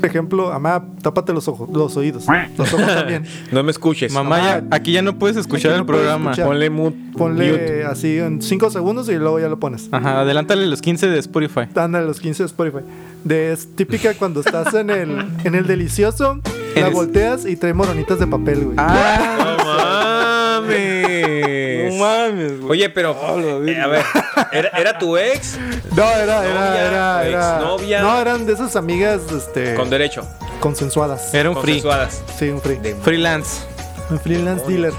C: Por ejemplo, mamá, tápate los ojos, los oídos. Los ojos también.
B: No me escuches.
E: Mamá, ya- aquí ya no puedes escuchar
C: Aquí no
E: el
C: puedes
E: programa.
C: escuchar.
B: Ponle mute.
C: Ponle
B: Mute.
C: así en 5 segundos y luego ya lo pones.
E: Ajá, adelántale los 15 de Spotify.
C: Anda los 15 de Spotify. De, es típica cuando estás en el, en el delicioso, la
E: Eres-
C: volteas y trae moronitas de papel, güey.
B: No
E: Ah,
B: mames.
E: mames,
B: Oye, pero eh, a ver, ¿era, era tu ex
C: no, era,
B: novia,
C: era, era, era.
B: exnovia.
C: No, eran de esas amigas este,
B: con derecho,
C: consensuadas.
E: Era un free.
B: consensuadas.
C: Sí, un free.
E: Freelance.
C: Un freelance dealer.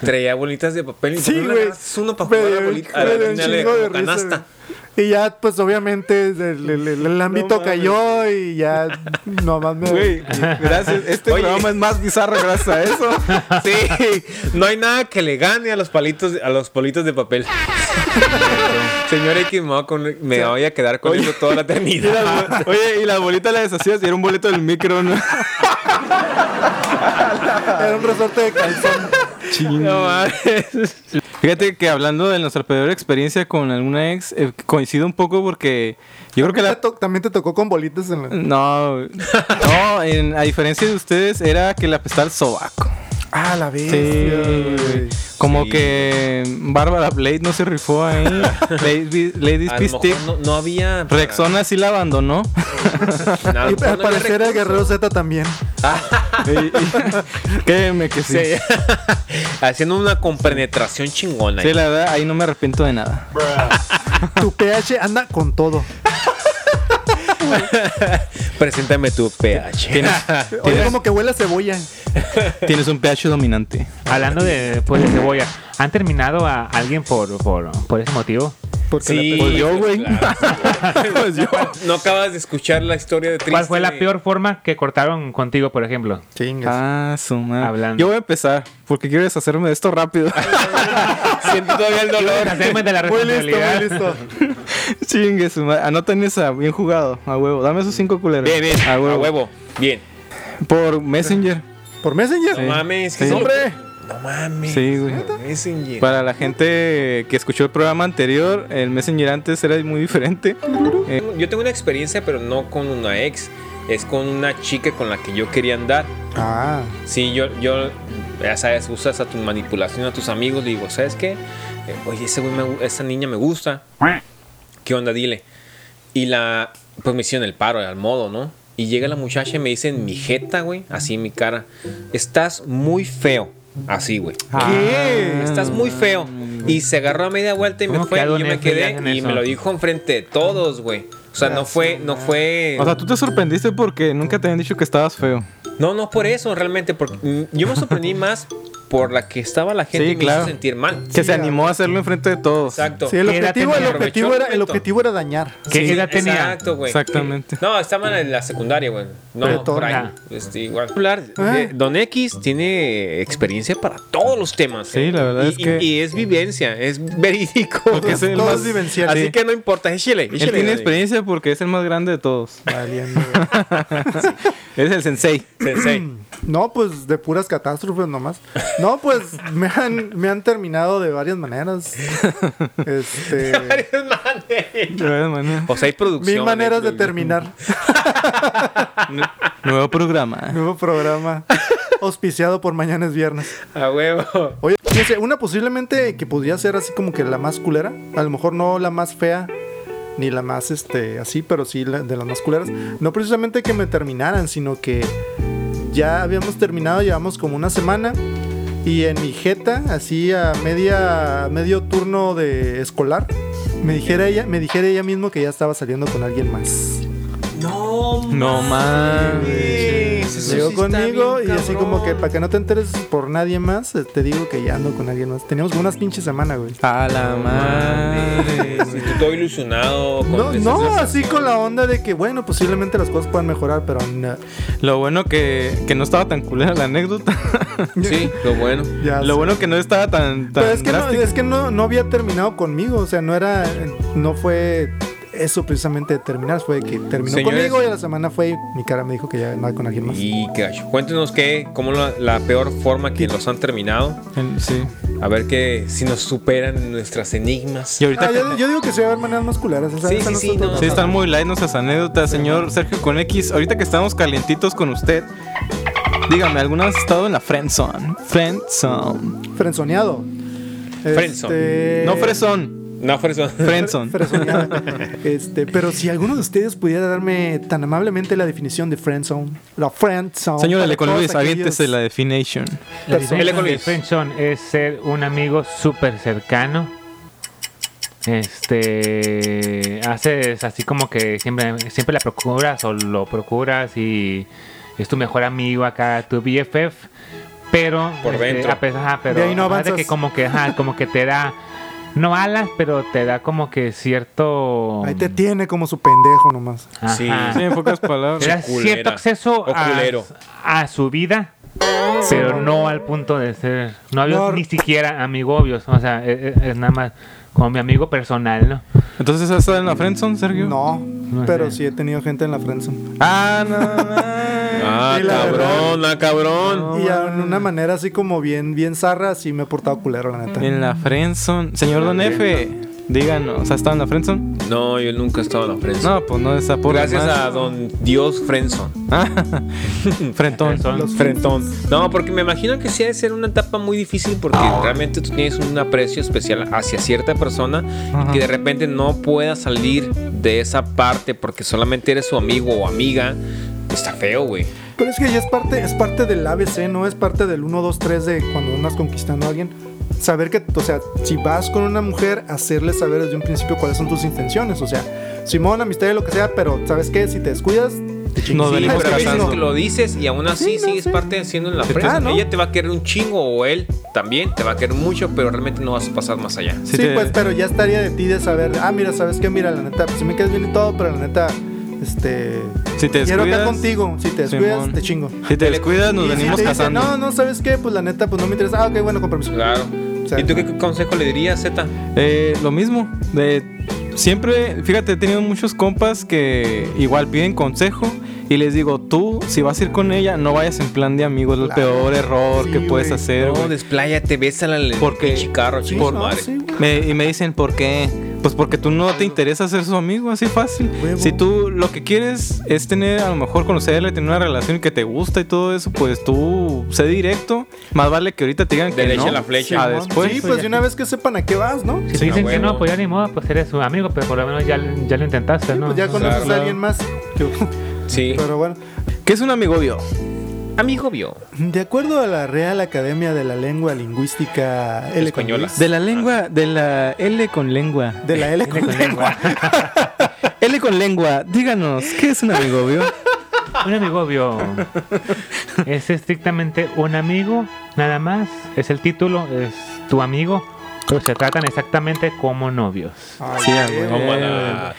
B: Traía bolitas de papel y tú
C: Sí,
B: le
C: güey.
B: agarras uno para
C: Me
B: jugar a la
C: dio-
B: bolita. a
C: me
B: la
C: dio un
B: niña le-
C: chingo de
B: como
C: risa,
B: canasta.
C: güey. Y ya, pues obviamente el, el- el- el ámbito cayó y ya nomás me.
E: Güey, gracias. Este
B: Oye.
E: programa es más bizarro gracias a eso.
B: Sí, no hay nada que le gane a los palitos, a los politos de papel. Señor X, me voy, a con- me voy a quedar con eso toda la
E: Y
B: eternidad.
E: la- oye, y la bolita la deshacías y era un boleto del micro, ¿no?
C: Era un resorte de calzón.
E: No mames. Fíjate que hablando de nuestra peor experiencia con alguna ex, eh, coincido un poco porque yo creo que
C: Te
E: la...
C: to- También te tocó con bolitas en la.
E: No, no en- a diferencia de ustedes era que le apestaba el sobaco.
C: Ah, la
E: Sí,
C: bestia, güey.
E: como
B: Sí.
E: que Bárbara Blade no se rifó ahí. Lady, Lady
B: A lo mejor
E: Pistic.
B: no, no había. para-
E: Rexona sí la abandonó.
B: a lo
C: Y
B: mejor
C: al
B: no había
C: parecer el Guerrero Z también.
E: Y- y- Créeme que sí.
H: Sí. Haciendo una compenetración chingona.
E: Sí, la verdad, ahí no me arrepiento de nada.
C: Tu PH anda con todo.
H: Preséntame tu pH.
E: Tienes,
C: Oye, como que huele a cebolla.
E: tienes un pH dominante.
F: Hablando de, pues, de cebolla, ¿han terminado a alguien por, por, por ese motivo?
C: Porque
B: Sí,
C: la-
E: Pues yo, güey. Pues yo.
B: No acabas de escuchar la historia de triste.
F: ¿Cuál fue la
B: de-
F: peor forma que cortaron contigo, por ejemplo?
C: Chingas.
E: Ah, su madre.
F: Hablando.
E: Yo voy a empezar, porque quiero deshacerme de esto rápido.
B: Siento todavía el dolor.
F: Hacerme de la
C: Ah, Muy listo, muy
F: responsabilidad.
C: listo.
E: Chingue su madre. Anoten esa, bien jugado, a huevo. Dame esos cinco culeros.
H: Bien, bien. A huevo. Bien.
E: Por Messenger.
C: ¿Por Messenger?
B: No mames,
E: Sí.
B: que
E: Hombre.
B: No mames.
E: Sí, güey.
B: Messenger.
E: Para la gente que escuchó el programa anterior, el Messenger antes era muy diferente. Eh,
B: Yo tengo una experiencia, pero no con una ex. Es con una chica con la que yo quería andar.
C: Ah,
B: Sí, yo, yo, ya sabes, usas a tu manipulación a tus amigos. Digo, ¿sabes qué? Eh, oye, ese güey me gu- esa niña me gusta. ¿Qué onda? Dile. Y la, pues me hicieron el paro, al modo, ¿no? Y llega la muchacha y me dice en mi jeta, güey, así en mi cara, estás muy feo. Así, güey.
E: ¿Qué?
B: Estás muy feo. Y se agarró a media vuelta y me
F: ¿Cómo
B: fue.
F: que
B: Y yo me
F: adonés
B: quedé
F: hacen
B: y
F: eso?
B: me lo dijo enfrente de todos, güey. O sea, no fue, no fue.
E: O sea, tú te sorprendiste porque nunca te habían dicho que estabas feo.
B: No, no por eso, realmente, porque mm, yo me sorprendí más por la que estaba la gente
E: Sí,
B: y me
E: claro.
B: hizo sentir mal.
E: Que se animó a hacerlo enfrente de todos.
B: Exacto.
C: sí, el
F: ¿Qué edad
C: objetivo, el
F: tenía?
C: objetivo, era, el objetivo era dañar.
F: ¿Qué
B: Sí,
F: edad tenía?
B: Exacto, güey.
E: Exactamente.
B: No, estaban en la secundaria, güey. No,
C: Pretón.
B: por ahí.
F: Ah.
B: Este, igual.
H: Hablar de-
C: Ah.
H: Don X tiene experiencia para todos los temas.
E: Sí, la verdad
H: Y-
E: es que-
H: Y, y es vivencia, es verídico.
E: Porque es el
C: Todos
E: más-
C: vivenciales.
H: Así
E: sí.
H: que no importa, échale.
E: Él
H: échale.
E: tiene experiencia porque es el más grande de todos.
C: Valiendo, güey.
E: Es el sensei.
B: Sensei.
C: No, pues de puras catástrofes nomás. No, pues me han, me han terminado de varias maneras. Este,
E: De verdad, man.
H: O sea, hay producción.
C: mil maneras de terminar.
E: Nuevo programa.
C: Nuevo programa. Auspiciado por mañana es viernes.
H: A huevo.
C: Oye, fíjense, una posiblemente que podría ser así como que la más culera. A lo mejor no la más fea, ni la más este, así, pero sí la- de las más culeras. No precisamente que me terminaran, sino que ya habíamos terminado, llevamos como una semana. Y en mi jeta, así a media, medio turno de escolar, me dijera ella, me dijera ella mismo que ya estaba saliendo con alguien más.
E: No mames.
C: Llegó conmigo y así como que para que no te enteres por nadie más, eh, te digo que ya ando con alguien más. Teníamos como unas pinches semana, güey.
E: A la madre.
B: Y tú todo ilusionado. Con
C: No,
B: esa
C: no,
B: sensación.
C: así con la onda de que, bueno, posiblemente las cosas puedan mejorar, pero no.
E: Lo bueno que, que no estaba tan culera la anécdota.
B: Sí, lo bueno.
C: Ya
E: Lo
C: sé.
E: bueno que no estaba tan, tan
C: Pero es que, no,
E: drástica.
C: es que no, no había terminado conmigo, o sea, no era, no fue eso precisamente de terminar, fue que terminó
B: Señores.
C: conmigo y a la semana fue y mi cara me dijo que ya andaba con alguien más.
B: Y qué gacho. Cuéntenos qué, cómo la, la peor forma que los han terminado.
E: El- Sí.
B: A ver que si nos superan nuestras enigmas.
E: Y ahorita.
C: Ah, yo, yo digo que se va a ver maneras musculares, o sea,
B: Sí, sí,
C: esa no
B: sí,
C: está
B: no.
C: tan-
E: Sí, están muy light nuestras anécdotas, señor Sergio con X. Ahorita que estamos calientitos con usted, dígame, ¿alguna vez has estado en la Friend Zone? Friend Zone.
C: frenzoneado.
B: Frenzone.
C: Este-
E: No Fresón,
B: No, por eso.
E: Friend Zone.
C: Frenzoneado. este, pero si alguno de ustedes pudiera darme tan amablemente la definición de friendzone, la friendzone.
E: Señora
C: para
E: con
C: todos
E: Luis, aviéntese
C: aquellos
E: la definition.
F: La
C: personas-
F: diferencia de friendzone es ser un amigo súper cercano. Este haces así como que siempre, siempre la procuras o lo procuras y es tu mejor amigo acá, tu BFF. Pero
B: Por
F: este,
B: dentro.
F: a pesar, ajá, pero
C: De ahí no
F: aparte
C: avanzas.
F: que como que ajá, como que te da no alas, pero te da como que cierto
C: Ahí te tiene como su pendejo nomás.
F: Ajá.
B: Sí.
E: Sí, en pocas palabras.
F: Te da
B: culera.
F: cierto acceso
B: O
F: a,
B: culero.
F: a su vida, pero no al punto de ser no hablo
C: No.
F: ni siquiera amigo obvio, o sea, es, es- es nada más como mi amigo personal, ¿no?
E: Entonces, ¿has estado en la friendzone, Sergio?
C: No,
F: No
C: pero
F: sé.
C: sí he tenido gente en la friendzone.
E: Ah, no, no.
B: Ah,
C: Y la
B: cabrón, ah, cabrón.
C: y en una manera así como bien, bien zarra, sí me he portado culero, la neta.
E: En la friendzone. Señor Don F, díganos, ¿has estado en la friendzone?
B: No, yo nunca he estado en la prensa.
E: No, pues no, esa por
B: Gracias a don Dios Frenson.
E: Frentón.
F: Son-
B: Frentón. No, porque me imagino que sí ha de ser una etapa muy difícil porque realmente tú tienes un aprecio especial hacia cierta persona y que de repente no puedas salir de esa parte porque solamente eres su amigo o amiga. Está feo, güey.
C: Pero es que ya es parte, es parte del ABC, ¿no? Es parte del 1, 2, 3 de cuando andas conquistando a alguien. Saber que, o sea, si vas con una mujer, hacerle saber desde un principio cuáles son tus intenciones. O sea, Simón, amistad y lo que sea, pero ¿sabes qué? Si te descuidas, te
E: Nos
C: chingas.
B: Sí,
E: venimos
B: pero a veces
E: casando.
B: que lo dices y aún así
C: Sí, no
B: sigues
C: sé.
B: parte haciendo en la prensa.
C: Ah, ¿no?
B: Ella te va a querer un chingo o él también te va a querer mucho, pero realmente no vas a pasar más allá.
E: Sí,
C: Sí,
E: te-
C: pues, pero ya estaría de ti de saber, ah, mira, ¿sabes qué? Mira, la neta, pues, si me quedas bien y todo, pero la neta, este...
E: Si te
C: Quiero acá
E: descuidas,
C: contigo. Si te descuidas,
E: Simón.
C: te chingo.
E: Si te descuidas, nos
C: Y si
E: venimos
C: te dice,
E: casando.
C: no, no, ¿sabes qué? Pues la neta, pues no me interesa. Ah, ok, bueno, con permiso.
B: Claro.
C: O sea,
B: ¿Y tú qué consejo le dirías, Zeta?
E: Eh, lo mismo. De, siempre, fíjate, he tenido muchos compas que igual piden consejo y les digo, tú, si vas a ir con ella, no vayas en plan de amigo, es el
C: Claro.
E: peor error
C: Sí,
E: que puedes
C: güey.
E: hacer.
B: no,
E: güey.
B: despláyate, bésala al
E: Porque-
B: pinche carro,
C: Sí,
B: chinga su
C: no,
B: madre.
C: sí, güey.
E: Me- y me dicen, ¿por qué? Pues porque tú no te interesa ser su amigo, así fácil.
C: Huevo.
E: Si tú lo que quieres es tener, a lo mejor conocerle, tener una relación que te gusta y todo eso, pues tú sé directo. Más vale que ahorita te digan que
B: Derecha
E: no.
B: la flecha.
E: A
C: Simón.
E: Ah, después.
C: Sí, pues de una vez que sepan a qué vas, ¿no?
F: Si te
B: Sí,
F: dicen
B: a
F: que no,
B: huevo.
F: pues ya ni modo, pues eres su amigo, pero por lo menos ya, ya lo intentaste, ¿no?
C: Pues ya
F: Entonces,
C: conoces
B: claro.
C: a alguien más.
B: Sí.
C: Pero bueno,
E: ¿Qué es un amigo obvio?
B: Amigo vio.
C: de acuerdo a la Real Academia de la Lengua Lingüística L con
B: Española.
C: Luis,
E: De la lengua, de la L con lengua.
C: de la L con lengua.
E: L con lengua, díganos, ¿qué es un amigo obvio?
F: Un amigo obvio. es estrictamente un amigo, nada más. Es el título, es tu amigo. Pero se tratan exactamente como novios.
C: Ay,
E: Sí, a
C: qué
E: huevo.
C: bueno.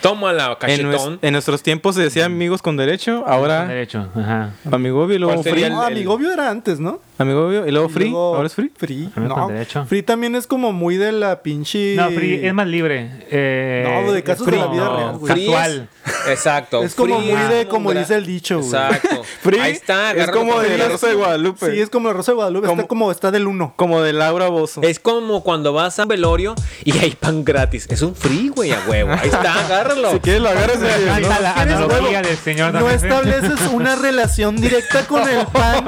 B: Tómala, tómala,
E: Eh, En, nues-
B: cachetón.
E: en nuestros tiempos se decía amigos con derecho,
C: Ah.
E: ahora
F: Derecho, ajá.
E: amigo obvio y luego
B: ¿Cuál sería el-
E: free.
C: No, amigobio era antes, ¿no?
E: Amigo obvio y luego free,
C: Luego-
E: ahora es free.
C: Free,
F: Ah,
C: no.
F: con derecho.
C: Free también es como muy de la pinche.
F: No, Free es más libre. eh,
C: No, de casos de la vida
F: no,
C: real, güey.
B: Free es-
F: Casual.
B: Exacto.
C: Es como
B: free
C: muy de, como
B: un gra-
C: dice el dicho, güey.
B: Exacto.
E: Free
B: Ahí está.
E: es
B: agarra
E: como
B: tu
E: de la
B: papel.
E: Rosa de Guadalupe.
C: Sí, es como la Rosa de Guadalupe,
E: Como-
C: está como está del uno.
E: Como de Laura Bozo.
B: Es como cuando vas a un velorio y hay pan gratis. Es un free, güey, a huevo. Ahí está, agárralo.
E: Si quieres lo agarras
F: Me
E: de
F: encanta la
C: ¿Quieres
F: analogía
C: huevo?
F: del señor
C: No
F: Don Efe.
C: estableces una relación directa con el pan,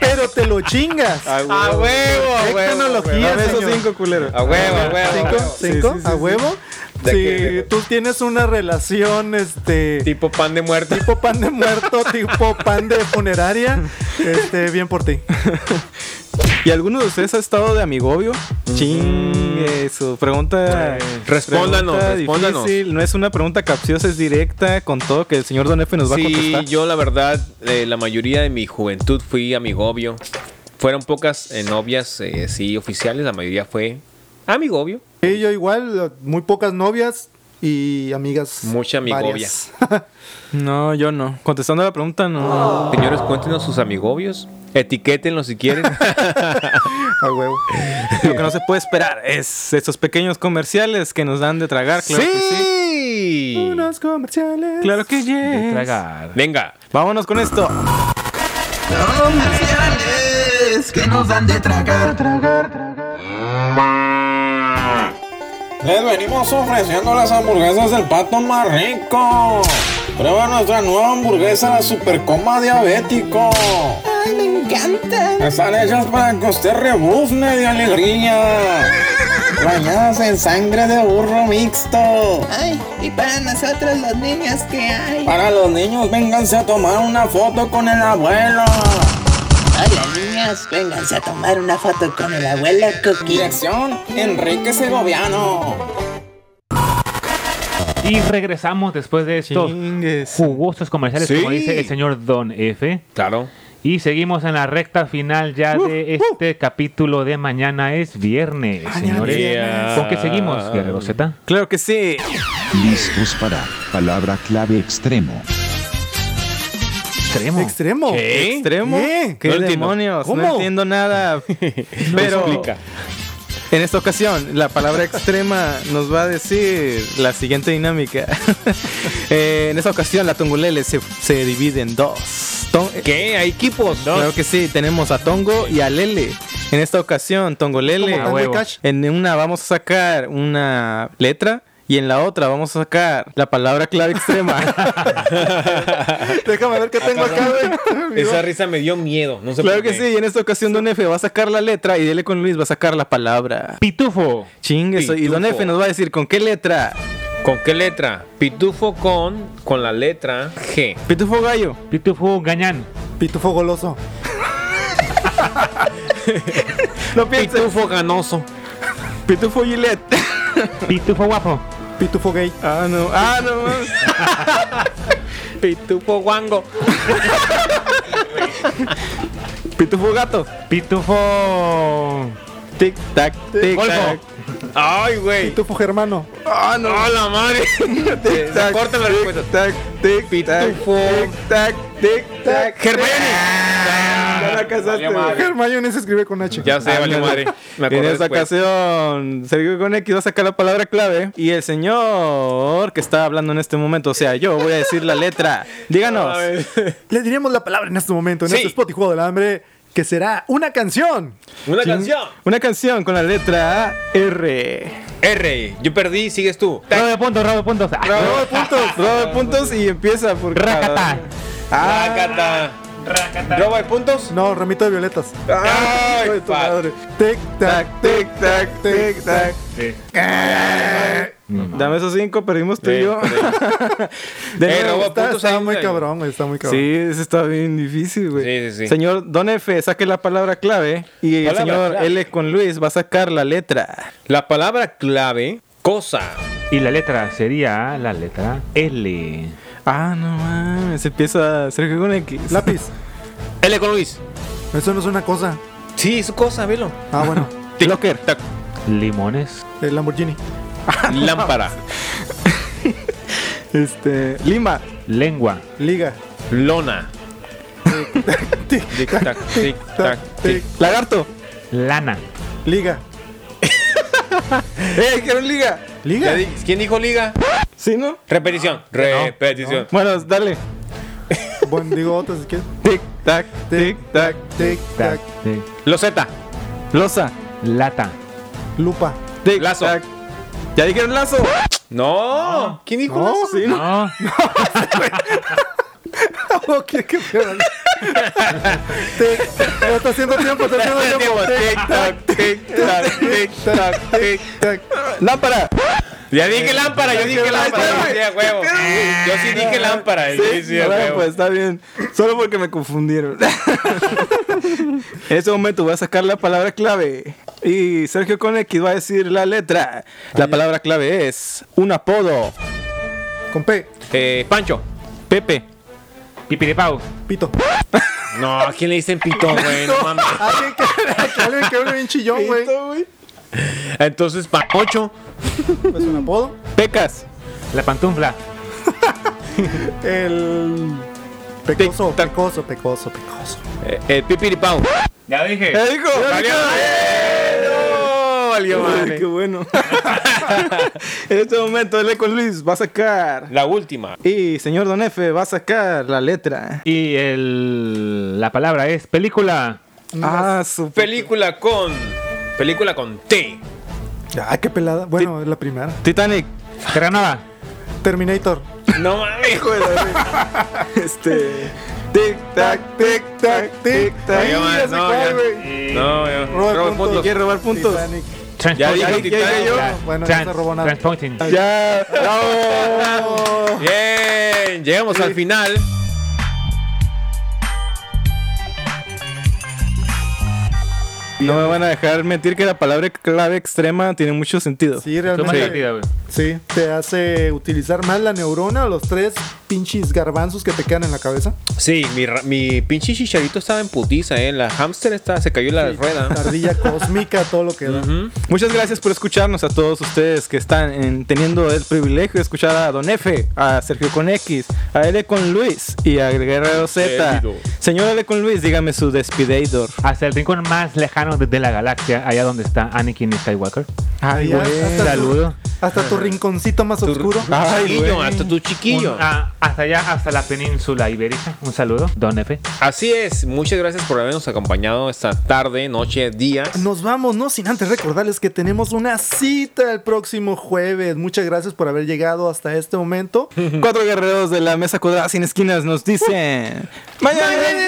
C: pero te lo chingas.
B: A huevo, a
C: Qué
B: huevo.
C: tecnología,
E: Dame esos
C: señor.
E: cinco, culero.
B: A huevo, a huevo. a
C: ¿Cinco?
B: huevo.
C: ¿Cinco?
E: Sí, sí,
C: ¿A
E: sí,
C: huevo?
B: De que-
C: Si tú tienes una relación, este...
B: Tipo pan de muerto.
C: Tipo pan de muerto, tipo pan de funeraria, este, bien por ti.
E: ¿Y alguno de ustedes ha estado de amigovio? Chingue, eso. Pregunta.
B: Pues, Respóndanos,
E: pregunta
B: respóndanos.
E: difícil. No es una pregunta capciosa, es directa con todo que el señor Don F nos va a
B: Sí,
E: contestar.
B: yo la verdad, eh, la mayoría de mi juventud fui amigovio. Fueron pocas eh, novias, eh, sí, oficiales. La mayoría fue amigovio.
C: Y yo igual, muy pocas novias y amigas.
B: Mucha amigovia.
C: varias.
E: No, yo no. Contestando a la pregunta, no.
B: Señores, cuéntenos sus amigobios. Etiquétenlos si quieren.
C: A huevo.
E: Lo que no se puede esperar es estos pequeños comerciales que nos dan de tragar, claro que sí.
B: sí.
C: Unos comerciales.
E: Claro que yes.
F: Tragar.
B: Venga.
E: Vámonos con esto.
I: comerciales que nos dan de tragar, tragar, Les venimos ofreciendo las hamburguesas del pato más rico. Prueba nuestra nueva hamburguesa, la Supercoma Diabético.
G: Ay, me encanta.
I: Están hechas para que usted rebuzne de alegría. Bañadas en sangre de burro mixto.
G: Ay, y para nosotros los niños que hay.
I: Para los niños, vénganse a tomar una foto con el abuelo.
G: Hola, niños. Vénganse a tomar una foto con el abuelo Cookie.
I: Dirección Enrique Segoviano.
F: Y regresamos después de estos
E: Chingues.
F: jugosos comerciales, como
B: Sí.
F: dice el señor Don F.
B: Claro.
F: Y seguimos en la recta final ya
C: Uh,
F: de este capítulo de mañana es viernes, señores.
B: viernes.
F: ¿Con qué seguimos, Guerrero Z?
E: Claro que sí.
A: Listos para palabra clave extremo.
F: Extremo.
C: Extremo.
B: ¿Qué?
E: ¿Extremo?
C: ¿Qué?
E: ¿Qué
B: ¿Eh? No lo entiendo.
E: demonios?
C: ¿Cómo?
E: No entiendo nada. Pero
B: explica.
E: en esta ocasión, la palabra extrema nos va a decir la siguiente dinámica. Eh, en esta ocasión, la tongolele se, se divide en dos. Ton-
B: ¿Qué? ¿Hay equipos?
E: Claro que sí, tenemos a Tongo y a Lele. En esta ocasión,
C: Como
E: Tongolele,
C: Tango y
F: huevo.
C: Cash.
E: en una vamos a sacar una letra y en la otra vamos a sacar la palabra clave extrema.
C: Déjame ver qué tengo acá, güey.
B: Esa risa me dio miedo. No sé
E: claro
B: por
E: que
B: qué.
E: sí, y en esta ocasión Don F va a sacar la letra y Dele con Luis va a sacar la palabra.
F: Pitufo.
E: Chingue, eso. y Don
B: Pitufo.
E: F nos va a decir con qué letra.
B: ¿Con qué letra? Pitufo con, con la letra G.
E: Pitufo Gallo.
F: Pitufo Gañán.
C: Pitufo goloso.
E: No pienses.
B: Pitufo ganoso.
E: Pitufo Gillette.
F: Pitufo Guapo.
C: Pitufo gay.
E: Ah, no. Ah, no. mames.
B: Pitufo guango.
E: Pitufo Gato.
F: Pitufo.
E: Tic tac, tic tac.
B: Golfo. Ay, güey.
C: Pitufo germano.
E: Ah, no.
B: ¡A la madre!
E: Tic tac.
B: Corta la respuesta.
E: Tac, tic,
B: Pitufo.
E: tac, tic, tac, tic, tac. Ya la casaste. güey.
C: Hermione se escribe con H.
B: Ya sé, vale madre. Me
E: en
B: acordé
E: esta
B: después.
E: ocasión, Sergio con X va a sacar la palabra clave. Y el señor que está hablando en este momento, o sea, yo voy a decir la letra. Díganos.
C: Le diríamos la palabra en este momento, en
B: Sí.
C: este spot y juego del hambre, que será una canción.
B: Una canción.
E: Una canción con la letra R.
B: R. Yo perdí, sigues tú.
F: Robo de puntos, robo de puntos. Ah,
E: Robo de puntos. Robo de puntos y empieza por.
F: Racata.
E: Ah,
B: Rácata. ¿Roba de puntos?
C: No, ramito de violetas.
E: ah, hijo de tu
B: pa-
E: madre.
C: Tic, tac.
E: Tac, tic, tac, tic, tac. Dame esos cinco, perdimos tú y yo. De
B: Eh,
E: nuevo,
B: robo
E: está-
C: Está,
B: puntos
C: está
B: ahí,
C: muy
B: ahí.
C: cabrón, güey, está muy cabrón.
E: Sí, eso está bien difícil, güey.
B: Sí, sí, sí.
E: Señor Don F, saque la palabra clave y el
B: Palabra
E: señor
B: clave.
E: L con Luis va a sacar la letra.
B: La palabra clave, cosa.
F: Y la letra sería la letra L.
E: Ah, no mames, empieza Sergio con X.
C: Lápiz.
B: L con Luis.
C: Eso no es una cosa.
B: Sí, es cosa, velo.
C: Ah, bueno.
E: Locker.
F: Limones.
C: El Lamborghini.
B: Lámpara.
E: Este, Lima.
F: Lengua.
C: Liga.
B: Lona. Tic tac, tic tac, tic.
E: Lagarto.
F: Lana.
C: Liga.
E: ¡Eh, quiero liga!
B: Ya
C: Liga.
B: di- ¿Quién dijo liga? Ah,
E: ¿Sí, no?
B: Repetición. Repetición.
E: Bueno, dale.
C: Bueno, digo otra si quieres.
E: Tic, tac, tic, tac.
C: Tic, tac.
F: Tac, tic.
B: Loseta.
E: Losa.
F: Lata.
C: Lupa.
E: Tic,
B: Lazo.
E: tac. Ya dijeron lazo.
B: No. ¿Quién dijo
C: No,
B: lazo?
C: sí, no.
B: Ah.
F: No.
C: ¿Qué, qué pedo? Tic. Está haciendo tiempo, está haciendo tiempo. Tic, tac,
E: Tic, tac, tic, tac.
C: tic, tac.
E: Lámpara.
B: Ya dije lámpara, yo dije lámpara. Yo
E: Ay,
B: sí, a huevo. Yo sí dije lámpara. Yo sí, a
E: Bueno,
B: huevo.
E: pues está bien. Solo porque me confundieron. en este momento voy a sacar la palabra clave. Y Sergio con X va a decir la letra. La palabra clave es un apodo.
C: Con P.
B: Eh, Pancho.
E: Pepe.
F: Pipiripau.
C: Pito.
B: No, ¿a quién le dicen pitón, güey? No mames.
C: Alguien que, alguien que hable bien chillón, güey.
B: Entonces, Pancho.
C: Es un apodo.
E: Pecas.
F: La pantufla.
C: El. Pecoso, pecoso, pecoso, pecoso.
B: Eh, eh, pipiripao.
F: Ya dije.
E: ¿Qué dijo?
B: Valió madre. No, valió
E: Ay,
B: madre.
E: qué bueno. en este momento, el Eco Luis va a sacar.
B: La última.
E: Y señor Don F va a sacar la letra.
F: Y el, la palabra es película.
E: Ah, su
B: Película con. Película con T.
C: Ay, qué pelada. Bueno, es la primera.
E: Titanic.
F: Granada.
C: Terminator.
B: No mames.
E: Este. Tic, tac, tic, tac, tic, tac.
B: Valió madre,
E: Ya sé
B: no,
E: cuál,
B: ya.
E: güey.
B: No, yo.
C: Robo
B: Robo de
C: de puntos.
B: puntos.
E: Quiere robar puntos.
C: Titanic.
B: Ya dije
E: Ya, ya, ya, yo.
C: Ah, Bueno, no se robó nada.
F: Transporting.
E: Ya, bravo.
B: Bien, llegamos al final.
E: No me van a dejar mentir que la palabra clave extrema tiene mucho sentido.
C: Sí, realmente. Sí, te hace utilizar más la neurona o los tres pinches garbanzos que te quedan en la cabeza.
B: Sí, mi, ra- mi pinche chicharito estaba en putiza, ¿eh? La hamster estaba, se cayó la rueda.
C: Ardilla cósmica, todo lo que da.
E: Muchas gracias por escucharnos a todos ustedes que están en- teniendo el privilegio de escuchar a Don Efe, a Sergio con X, a L con Luis y a Guerrero Z.
F: Querido.
E: Señor L con Luis, dígame su despidador.
F: Hasta el rincón más lejano de, de la galaxia, allá donde está Anakin Skywalker.
C: Ay,
F: güey.
C: Ah, hasta
F: Saludo.
C: Tu, hasta tu rinconcito más oscuro.
B: tu
F: chiquillo. ah, hasta allá, hasta la península ibérica. Un saludo, Don Efe.
B: Así es, muchas gracias por habernos acompañado esta tarde, noche, día.
C: Nos vamos, no sin antes recordarles que tenemos una cita el próximo jueves. Muchas gracias por haber llegado hasta este momento.
E: Cuatro guerreros de la mesa cuadrada sin esquinas nos dicen. ¡Mañana!